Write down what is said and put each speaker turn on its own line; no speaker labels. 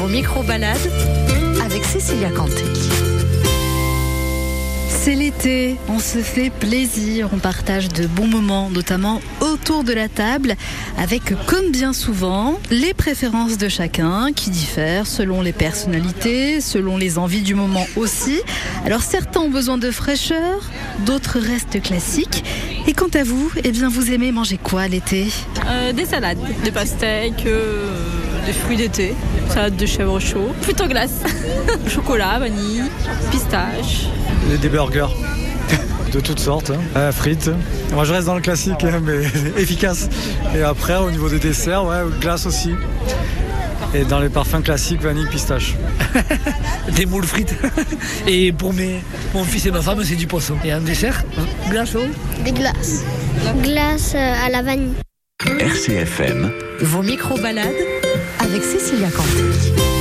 vos micro-balades avec Cécilia Canté. C'est l'été, on se fait plaisir, on partage de bons moments, notamment autour de la table, avec comme bien souvent les préférences de chacun qui diffèrent selon les personnalités, selon les envies du moment aussi. Alors certains ont besoin de fraîcheur, d'autres restent classiques. Et quant à vous, eh bien vous aimez manger quoi l'été
Euh, des salades, des pastèques, euh, des fruits d'été, salade de chèvre chaud, plutôt glace, chocolat, vanille, pistache.
Et des burgers de toutes sortes, hein. Euh, frites. Moi je reste dans le classique, hein, mais efficace. Et après au niveau des desserts, ouais, glace aussi. Et dans les parfums classiques, vanille, pistache.
des moules frites. Et pour mes, mon fils et ma femme, c'est du poisson. Et un dessert, glaçon.
Des glaces. Glace euh, à la vanille.
RCFM.
Vos micro-balades avec Cécilia Canté.